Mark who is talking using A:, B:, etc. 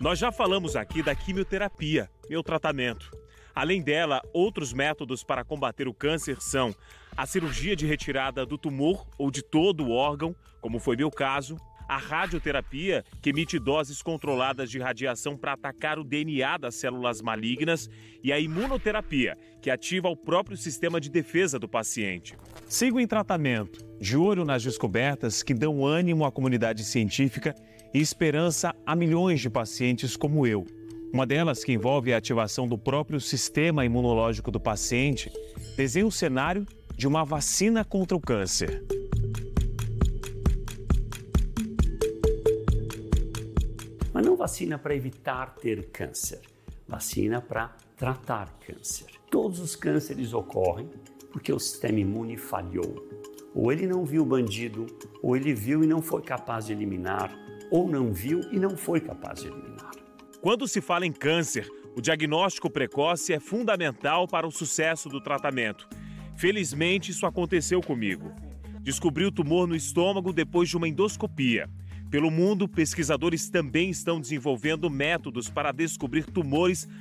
A: Nós já falamos aqui da quimioterapia e o tratamento. Além dela, outros métodos para combater o câncer são a cirurgia de retirada do tumor ou de todo o órgão, como foi meu caso, a radioterapia, que emite doses controladas de radiação para atacar o DNA das células malignas, e a imunoterapia, que ativa o próprio sistema de defesa do paciente. Sigo em tratamento, de olho nas descobertas que dão ânimo à comunidade científica e esperança a milhões de pacientes como eu. Uma delas, que envolve a ativação do próprio sistema imunológico do paciente, desenha o cenário de uma vacina contra o câncer.
B: Mas não vacina para evitar ter câncer, vacina para tratar câncer. Todos os cânceres ocorrem porque o sistema imune falhou. Ou ele não viu o bandido, ou ele viu e não foi capaz de eliminar, ou não viu e não foi capaz de eliminar.
A: Quando se fala em câncer, o diagnóstico precoce é fundamental para o sucesso do tratamento. Felizmente, isso aconteceu comigo. Descobri o tumor no estômago depois de uma endoscopia. Pelo mundo, pesquisadores também estão desenvolvendo métodos para descobrir tumores